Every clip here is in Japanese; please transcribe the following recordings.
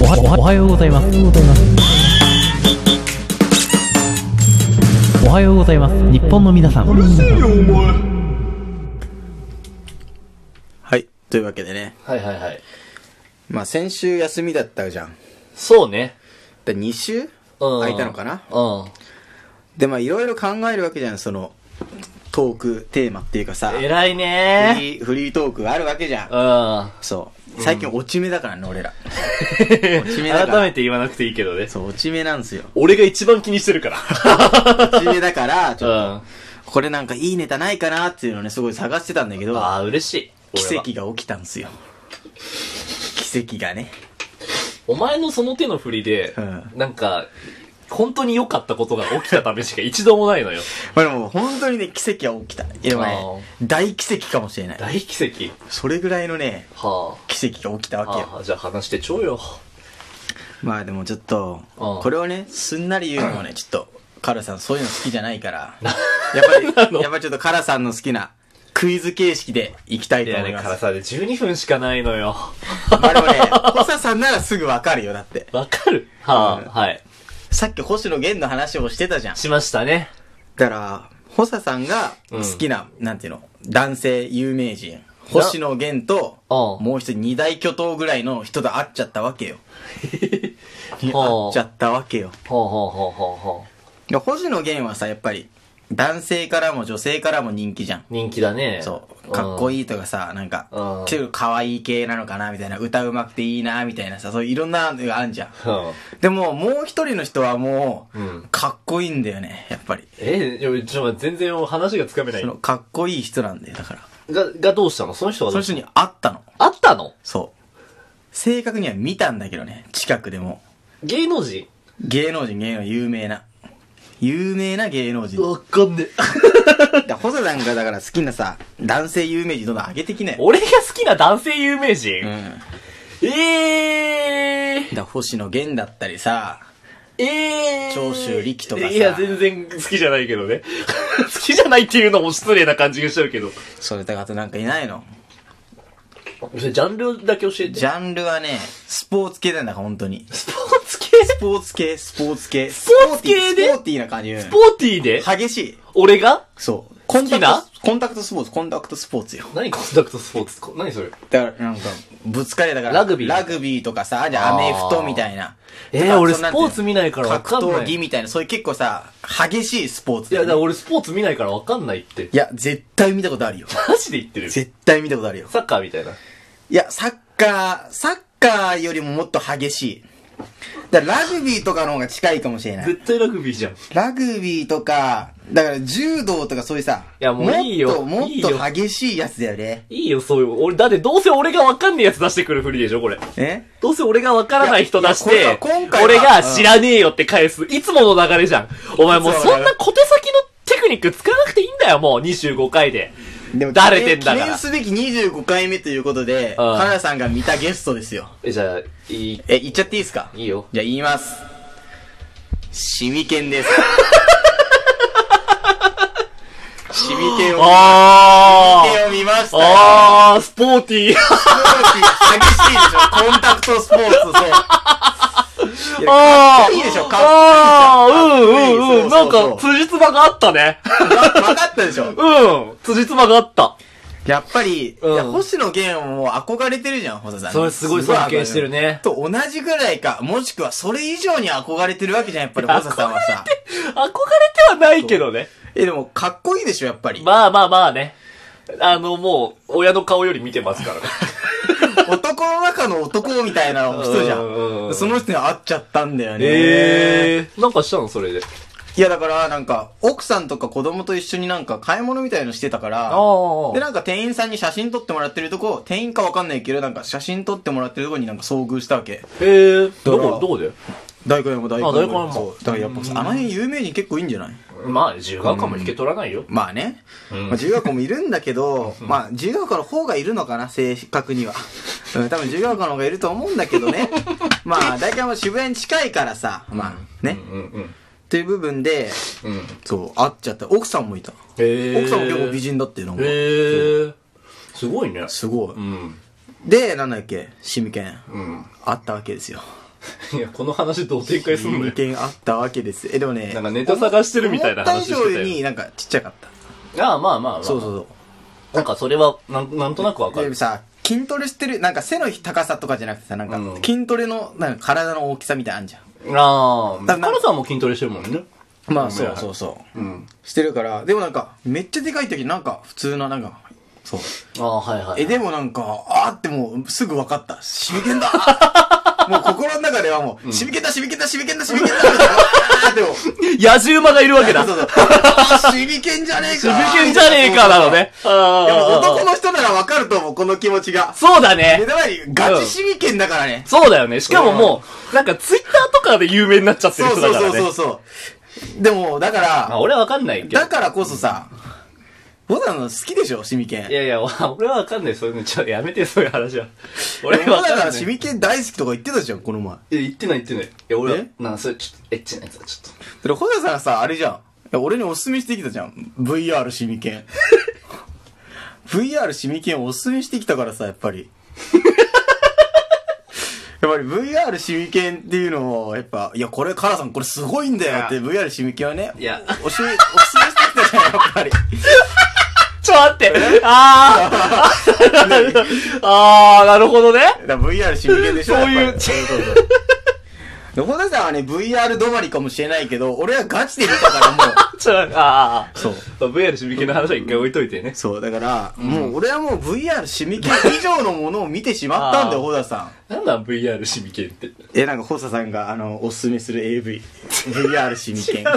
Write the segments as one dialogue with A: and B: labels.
A: おはようございます。おはようございます。日本の皆さん。
B: はい。というわけでね。
C: はいはいはい。
B: まあ先週休みだったじゃん。
C: そうね。
B: で2週
C: うん。
B: 空いたのかな
C: う
B: で、まあいろいろ考えるわけじゃん。その、トーク、テーマっていうかさ。
C: ん。偉い
B: フ
C: ね
B: リーフリートークがあるわけじゃん。
C: ー。うん。
B: そう。最近落ち目だからね、俺 ら。ち目だから
C: 改めて言わなくていいけどね。
B: そう、落ち目なんですよ。
C: 俺が一番気にし てるから。
B: 落ち目だ から、ち
C: う
B: ょ
C: ん。
B: っと、
C: あ
B: これなんかいいネタないかなっていうのをね、すごい探してたんだけど、
C: あ、嬉しい。俺
B: 奇
C: は。
B: 跡が起きたんですよ。奇跡がね。
C: お前のその手の振りで、
B: うん
C: なんか、本当に良かったことが起きたためしか一度もないのよ。
B: まあでも本当にね、奇跡が起きた。いやね、大奇跡かもしれない。
C: 大奇跡。
B: それぐらいのね、
C: は
B: 奇跡が起きた
C: あ。
B: わけよ。
C: はあ、じゃあ話してちょうよ。
B: まあでもちょっと、
C: うん
B: これをね、すんなり言うの もね、ちょっと、カラさんそういうの好きじゃないから、やっぱり、やっぱりちょっとカラさんの好きなクイズ形式でいきたい
C: い
B: と
C: や
B: 思い
C: ね、
B: ま
C: から
B: す。
C: さ、12分しかないのよ。
B: まあでもね、 ホサさんならすぐわかるよ、だって。
C: わかるはあ、はい。
B: さっき星野源の話をしてたじゃん。
C: しましたね。
B: だから、ホサさんが好きな、なんていうの、男性有名人、星野源と、
C: うん
B: もう一人二大巨頭ぐらいの人と会っちゃったわけよ。会っ
C: は
B: ちゃったわけよ。
C: ほうほうほうほうほう。
B: で星野源はさ、やっぱり、男性からも女性からも人気じゃん。
C: 人気だね。
B: そう。かっこ
C: いい。
B: いいとかさ、なんか
C: うん、
B: ちょっと可愛い系なのかな、みたいな、歌うまくていいな、みたいなさ、そういろんなのがあるじゃん。
C: うん。
B: でも、もう一人の人はもう、
C: うん
B: かっこいいんだよね、やっぱり。
C: え、いやちょっと待って全然話がつかめない
B: そ。の、かっこいい人なんだよ、だから。
C: が、がどうしたのその人が
B: そ
C: ど
B: の
C: うし
B: 人に会ったの。
C: たのあったの
B: そう。正確には見たんだけどね、近くでも。
C: 芸能人
B: 芸能人、芸能人、有名な。有名な芸能人。
C: わかんね
B: だから細田なんかだから好きなさ、男性有名人どんどん上げてきなよ。
C: 俺が好きな男性有名人、
B: うん。
C: えー
B: だ星野源だったりさ、
C: えー
B: 長州力とかさ
C: いや、全然好きじゃないけどね。 好きじゃないっていうのも失礼な感じがしちゃうけど。
B: それとかあとなんかいないの
C: ジャンルだけ教えて。
B: ジャンルはね、スポーツ系なんだから本当に。
C: スポーツ系
B: スポーツ系、スポーツ系。ス
C: ポーツ系で
B: スポーティーな感じ。
C: スポーティーで、
B: 激しい。
C: 俺が
B: そう。コンタ
C: きな
B: クト、コンタクトスポーツ、コンタクトスポーツよ。
C: 何コンタクトスポーツこ何それ
B: だから、なんか、ぶつかりだから。
C: ラグビー
B: ラグビーとかさ、あじゃあア
C: あ
B: メ
C: ー
B: フトみたいな。
C: えー
B: だから
C: 俺
B: そのんていうの
C: スポーツ見ないからわかんない
B: 格闘技みたいな、そういう結構さ、激しいスポーツだ
C: いや、
B: よね
C: だから俺スポーツ見ないからわかんないって
B: い。や、絶対見たことあ るよ。
C: マジで言ってる。
B: 絶対見たことあるよ。
C: サッカーみたいな。
B: いや、サッカー、サッカーよりももっと激しい。だからラグビーとかの方が近いかもしれない。
C: 絶対ラグビーじゃん。
B: ラグビーとか、だから柔道とかそういうさ、
C: いやもういいよ
B: もっ
C: いい
B: と、も
C: よ
B: っと激しいやつだよね。
C: いいよ、そういう。俺、だってどうせ俺がわかんねえやつ出してくるふりでしょ、これ。
B: え
C: どうせ俺がわからない人出し
B: いやいや
C: て、
B: これは今回は
C: 俺が知らねえよって返す、いつもの流れじゃん。お前もう
B: いつもの
C: そ
B: 流れ
C: んな小手先のテクニック使わなくていいんだよ、もう25回で。
B: でも
C: だれてんだから
B: 記念すべき25回目ということで、
C: うん
B: カナさんが見たゲストですよ。
C: え、じゃあ、いい、
B: え、言っちゃっていいですか
C: いいよ。
B: じゃあ言います。シミケン です。シミケンを、
C: あ
B: シミケ
C: ー
B: ンを見ましたよ。
C: あー、スポーティ
B: ス
C: ー。
B: ポーツ激しいでしょコンタクトスポーツ、そう。いやかっ
C: あ
B: こ
C: ー
B: いいでしょかっ
C: あー、
B: こい
C: う
B: いじゃん
C: んうんうん。
B: か
C: な
B: っ
C: ん
B: こいいそうそうそう
C: か、辻褄があったね。
B: わ分かったでしょ
C: うん。辻褄があった。
B: やっぱり、
C: うん
B: いや星野源も憧れてるじゃん、細田さん。
C: それすごい尊敬してるね
B: すごい憧れてると同じぐらいか、もしくはそれ以上に憧れてるわけじゃん、やっぱり 細田さんはさ。
C: 憧れてはないけどね。
B: え、でも、かっこいいでしょ、やっぱ り。
C: まあまあまあね。あの、もう、親の顔より見てますからね。
B: 男の中の男みたいな人じゃ。
C: うんうんうんん
B: その人に会っちゃったんだよね。
C: ええー。なんかしたのそれで。
B: いや、だから、なんか、奥さんとか子供と一緒になんか買い物みたいのしてたから、
C: ああ
B: で、なんか店員さんに写真撮ってもらってるとこ、店員かわかんないけど、なんか写真撮ってもらってるとこになんか遭遇したわけ。
C: ええー。
B: だ
C: ど
B: から
C: こ、どこで
B: 大根も大根も。
C: あ大根も
B: そう。だからやっぱさ、あの辺有名人結構いいんじゃない
C: まあ、自由が丘も引け取らないよ。
B: まあね。
C: うん
B: まあ、自由学校もいるんだけど、まあ、自由学校の方がいるのかな、正確には。うん、多分自由学校の方がいると思うんだけど ね。まあ、大体もう渋谷に近いからさ、まあ、ね。
C: うんうん。
B: っていう部分で、
C: うん。
B: そう、会っちゃった。奥さんもいた。
C: え
B: 奥さんも結構美。人だっていうのも。
C: ええー。すごいね。
B: すごい。
C: うん。
B: で、なんだっけ、シミケン。
C: うん。
B: あったわけですよ。
C: いや、この話どう展開すんの
B: 2
C: よ。
B: 件あったわけですよえでもね
C: なんかネ
D: ネ
C: タ
D: タ
C: 探
D: 探してるみたいな話して
B: 思った以
D: た
B: 上に
D: よ。
B: なんかちっちゃかった
C: ああ、まあまあまあ。
B: そうそうそう
C: なんかそれは、なんなんとなくわか
B: で
C: る。
B: さ、筋トレしてる、なんか背の高さとかじゃなくてさ、なんか
C: うん
B: 筋トレの、なんか体の大きさみたいなのあんじゃ
C: ああ、
B: だ
C: カラさんも筋トレしてるもんね。
B: ん。まあ
C: そう
B: そうそう。
C: うん。
B: してるから、でもなんか、めっちゃでかい時なんか、普通な、なんか、そう。
C: ああ、はいはい。
B: え、でもなんか、あーってもう、すぐ分かった。しび けんだもう心の中ではもう、しびけんだ、しびけんだ、しびけんだ、し びけんだあーでも、
D: 野獣馬がいるわけだ。
B: そうそう あーしびけんじゃねえか
D: 受験じゃねえかなのね。
B: でも男
D: ああ。
B: の人なら分かると思う、この気持ちが。
D: そうだ
B: 目
D: ね。
B: 玉にガチしびけんだからね。
D: そうだよね。しかももう、なんかツイッターとかで有名になっちゃってる
B: そう
D: 人
B: そ
D: だ
B: う
D: から
B: そうそ
D: ね
B: う。そう。でも、だか
C: まあ、
B: ら、
C: 俺はわかんないけど
B: だ。からこそさ、ボタンの好きでしょ、シミケン。
C: い やいや、わ俺はわかんない。そういうの、ちょ、やめて、そういう話 は。俺
B: 俺も
C: はわ
B: だ
C: かん
B: か
C: な
B: ら
C: い。
B: シ
C: い
B: ミケン大好きとか言ってたじゃん、この前。
C: や、言ってない言ってない。いや、俺は
B: え、
C: なんかそれ、ちょっと、エッチなやつはちょっと。
B: それ、ホヤさんがさ、あれじゃんいや。俺におすすめしてきたじゃん。VR シミケン。VR シミケンをおすすめしてきたからさ、やっぱり。 やっぱり VR シミケンっていうのを、やっぱ、いや、これ、カラさん、これすごいんだよって、VR シミケンはね、
C: いや
B: おおすすめしてきたじゃん、やっぱり。
D: ちょ、待って。ああ。ああ、なるほどね。
B: だから VR シミケンでしょ
D: そういう
B: やっぱりそうそうそうで本田さんはね、VR 止まりかもしれないけど、俺はガチで見たからもう。
D: ち ょ、ああ。
B: そう。
C: まあ VR シミケの話は一回置いといてね。
B: そう、だから、もう俺はもう VR シミケン以上のものを見てしまったんだよ、
D: あー
B: ホ田さ
C: なんだ VR シミケって。
B: ん。え、なんか、ホ田さんが、あの、おすすめする AV。VR シミケン。
C: 違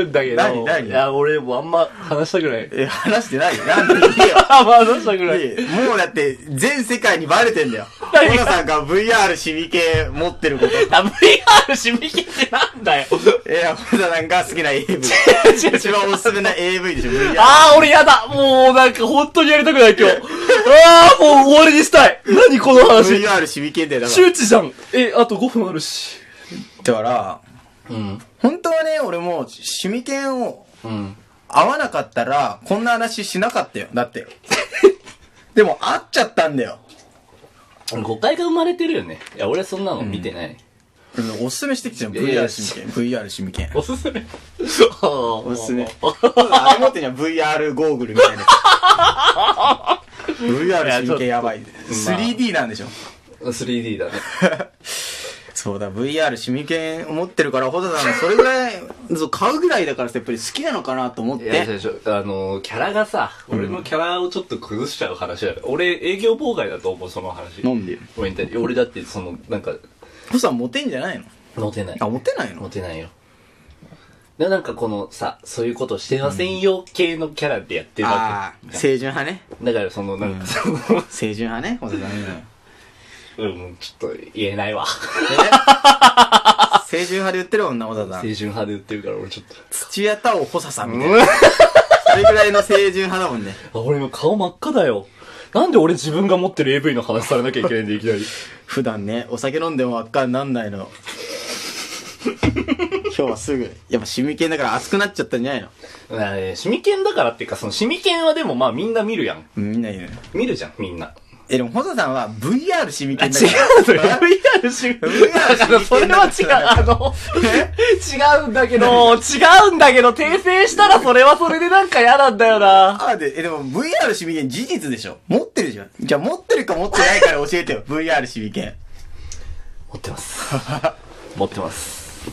C: うんだけど。
B: 何何
C: いや、俺もうあんま話したくない。
B: え、話してないよ。なんで言えよ。
D: あまあ、どうしたぐらい。
B: いやもうだって、全世界にバレてんだよ。ホ
D: 何が
B: 田さんが VR シミケン持ってること。
D: あ、VR シミケってなんだよ。
B: え、ホ田さんが好きな AV。
D: 違う違う
B: 一番おすすめな AV でしょ、VR。
D: ああ、俺やだもう、なんか本当にやりたくない、今日。ああ、もう終わりにしたい何この話
B: VR シミケンだよ、だから。
D: 周知じゃんえ、あと5分あるし。
B: だから、
C: うん。
B: 本当はね、俺も、シミケンを
C: うん。
B: 会わなかったら、こんな話しなかったよ。だって。 でも、会っちゃったんだよ。
C: 誤解が生まれてるよね。いや、俺そんなの見てない。
B: 俺おすすめしてきてたじゃん、
C: いや
B: VR
C: いや
B: シミケン。VR シミケン。
C: おすすめ。
B: お
C: お
B: すすめ。あれ持ってんじゃん、VR ゴーグルみたい なやつ。VR シミケンやばい。3D なんでしょ。
C: 3D だね。
B: そうだ、VR シミケン持ってるから、ホ田さんがそれぐらい、そう買うぐらいだからさやっぱり好きなのかなと思っ
C: いや、
B: て。
C: 最初、あのー、キャラがさ、俺のキャラをちょっと崩しちゃう話だよ。俺、営業妨害だと思う、その話。
B: なんで
C: ごめんね俺だって、その、なんか、
B: ホさんモテんじゃないの
C: モテない
B: あ、。モテないの
C: モテないよ。で、なんかこのさ、そういうことしてませんよ系のキャラでやってるわ
B: ああ、清純派ね。
C: け。だから、その、なんか、その、
B: 清純派ね、ホ田さん。
C: うん、ちょっと言えな いわ。
B: 清純派で言ってる女、小田さ
C: 青
B: ん。
C: 春派で売ってるから、俺ちょっ
B: 土屋太鳳補佐さんみたいな。それぐらいの清純派だもんね。
C: と。あ、俺も顔真っ赤だよ。なんで俺自分が持ってる AV の話されなきゃいけないんで、いきな り。
B: 普段ね、お酒飲んでも輪っかになんないの。今日はすぐ、やっぱシミケンだから熱くなっちゃったんじゃないの
C: あれシミケンだからっていうか、そのシミケンはでもまあみんな見るやん。
B: うんみんな言う。
C: 見るじゃん、みんな。
B: え、でもホ佐さんは VR シミケンだ
C: 違
B: か
C: うのよ。
B: ら。
C: VR シミケン。
B: VR
C: だからそれは違う。あの、違うんだけど、違うんだけど、訂正したらそれはそれでなんか嫌なんだよな。
B: あで、え、でも VR シミケン事実でしょ持ってるじゃん。じゃあ持ってるか持ってないから教えてよ。VR シミケン。
C: 持ってます。持ってます。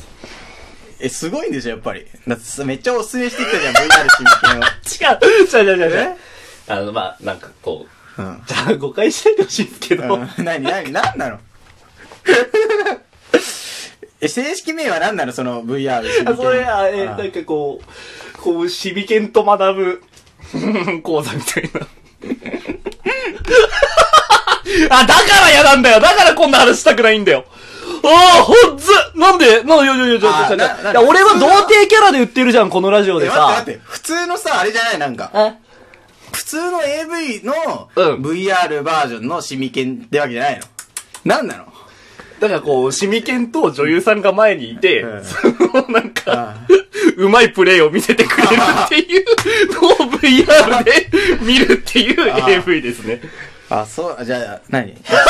B: え、すごいんでしょやっぱり。だってめっちゃおすすめしてきたじゃん、VR シミケンを。
C: 違う。違う違う違う違
B: え
C: う。あの、まあ、なんかこう、
B: うん。
C: じゃあ誤解しないでほしいんですけど、
B: うん何何何なの え正式名は何なのその VR
C: あそれ、あえ
B: あ
C: なんかこう、こう、シビケンと学ぶ、 講座みたいな。 あ、だから嫌なんだよだからこんな話したくないんだよああ、ほっずなんでなんでいやいやいやいや
B: あ
C: いや
B: ないな
C: や俺は童貞キャラで売ってるじゃん、このラジオ
B: え
C: で
B: 待って待
C: さ
B: っ。て普通のさあれじゃないなんか
C: え
B: 普通の AV の
C: うん
B: VR バージョンのシミケンってわけじゃないの何なの
C: だからこう、シミケンと女優さんが前にいて、
B: うん
C: そのなんか
B: あ、
C: うまいプレイを見せてくれるっ ていうのを VR で見るっていう AV ですね。
B: あそうあじゃあ何じゃや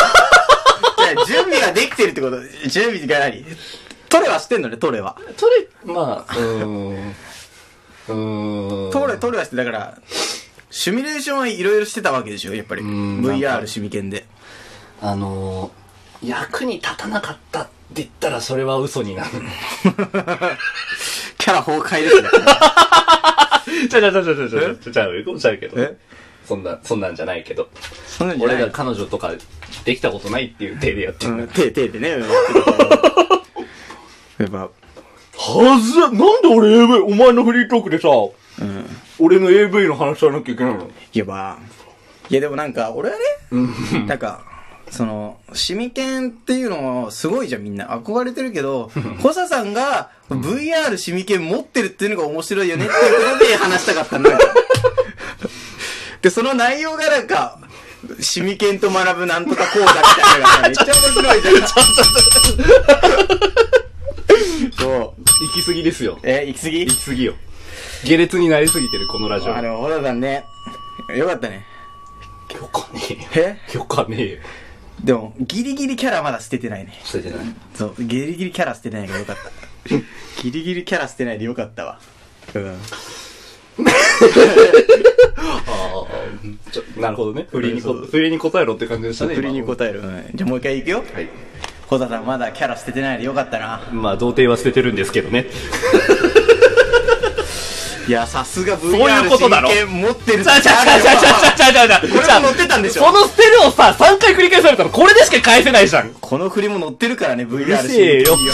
B: 準備ができてるってこと。準備が何トレは知ってんのね、トレは。
C: トレ、まあ、うーん。うーん。
B: トレ、トレは知って、だから、シミュレーションはいろいろしてたわけでしょ、やっぱり。
C: んなん
B: VR
C: か
B: シミケンで。
C: あのー、役に立たなかったって言ったらそれは 嘘になる。
B: キャラ崩壊ですね。
C: ちゃちゃちゃちゃち ゃちゃちゃちゃうちゃうけど
B: え。
C: そんな、そんなんじゃないけど。
B: そんなんじゃな
C: 俺
B: い
C: が彼女とかできたことないっていう手でやってる
B: うん
C: だ
B: ん、手、手でね。うんやっぱ、
C: はずなんで俺 AV、お前のフリートークでさ、
B: うん。
C: 俺の AV の話しなきゃいけないの
B: いやば。いやでもなんか、俺はね、なんか、その、シミケンっていうのをすごいじゃんみんな憧れてるけど、ホサさんが VR シミケン持ってるっていうのが面白いよねっていうことで話したかったんだ。で、その内容がなんか、シミケンと学ぶなんとか講座みたいなのがさめっちゃ面白いじゃん。そう。
C: 行き過ぎですよ。
B: え、行き過ぎ
C: 行き過ぎよ。下劣になりすぎてる、このラジオ。
B: あの、ホサさんね、よかったね。
C: 許可ねえ
B: え
C: よ。許可ねえよ。
B: でも、ギリギリキャラまだ捨ててないね。
C: それじゃない。
B: そう、ギリギリキャラ捨てないがよかった。 ギリギリキャラ捨てないでよかったわ。うん。
C: ちょなるほどね。振りにこ、
B: そうそう
C: 振りに答えろって感じでしたね。
B: 振りに
C: 今
B: 答える。うんじゃあもう一回いくよ。
C: はい。
B: 小田さんまだキャラ捨ててないでよかったな。
C: まあ、童貞は捨ててるんですけどね。
B: いや、さすが VR
C: ういうことだろ
B: 真剣持ってる
C: ちゃちゃちゃちゃちゃちゃちゃちゃ
B: これも乗ってたんでしょ
C: その捨てるをさ、3回繰り返されたの、これでしか返せないじゃん。
B: この振りも乗ってるからね、VR
C: うるせえ
B: 真
C: よ
B: 剣に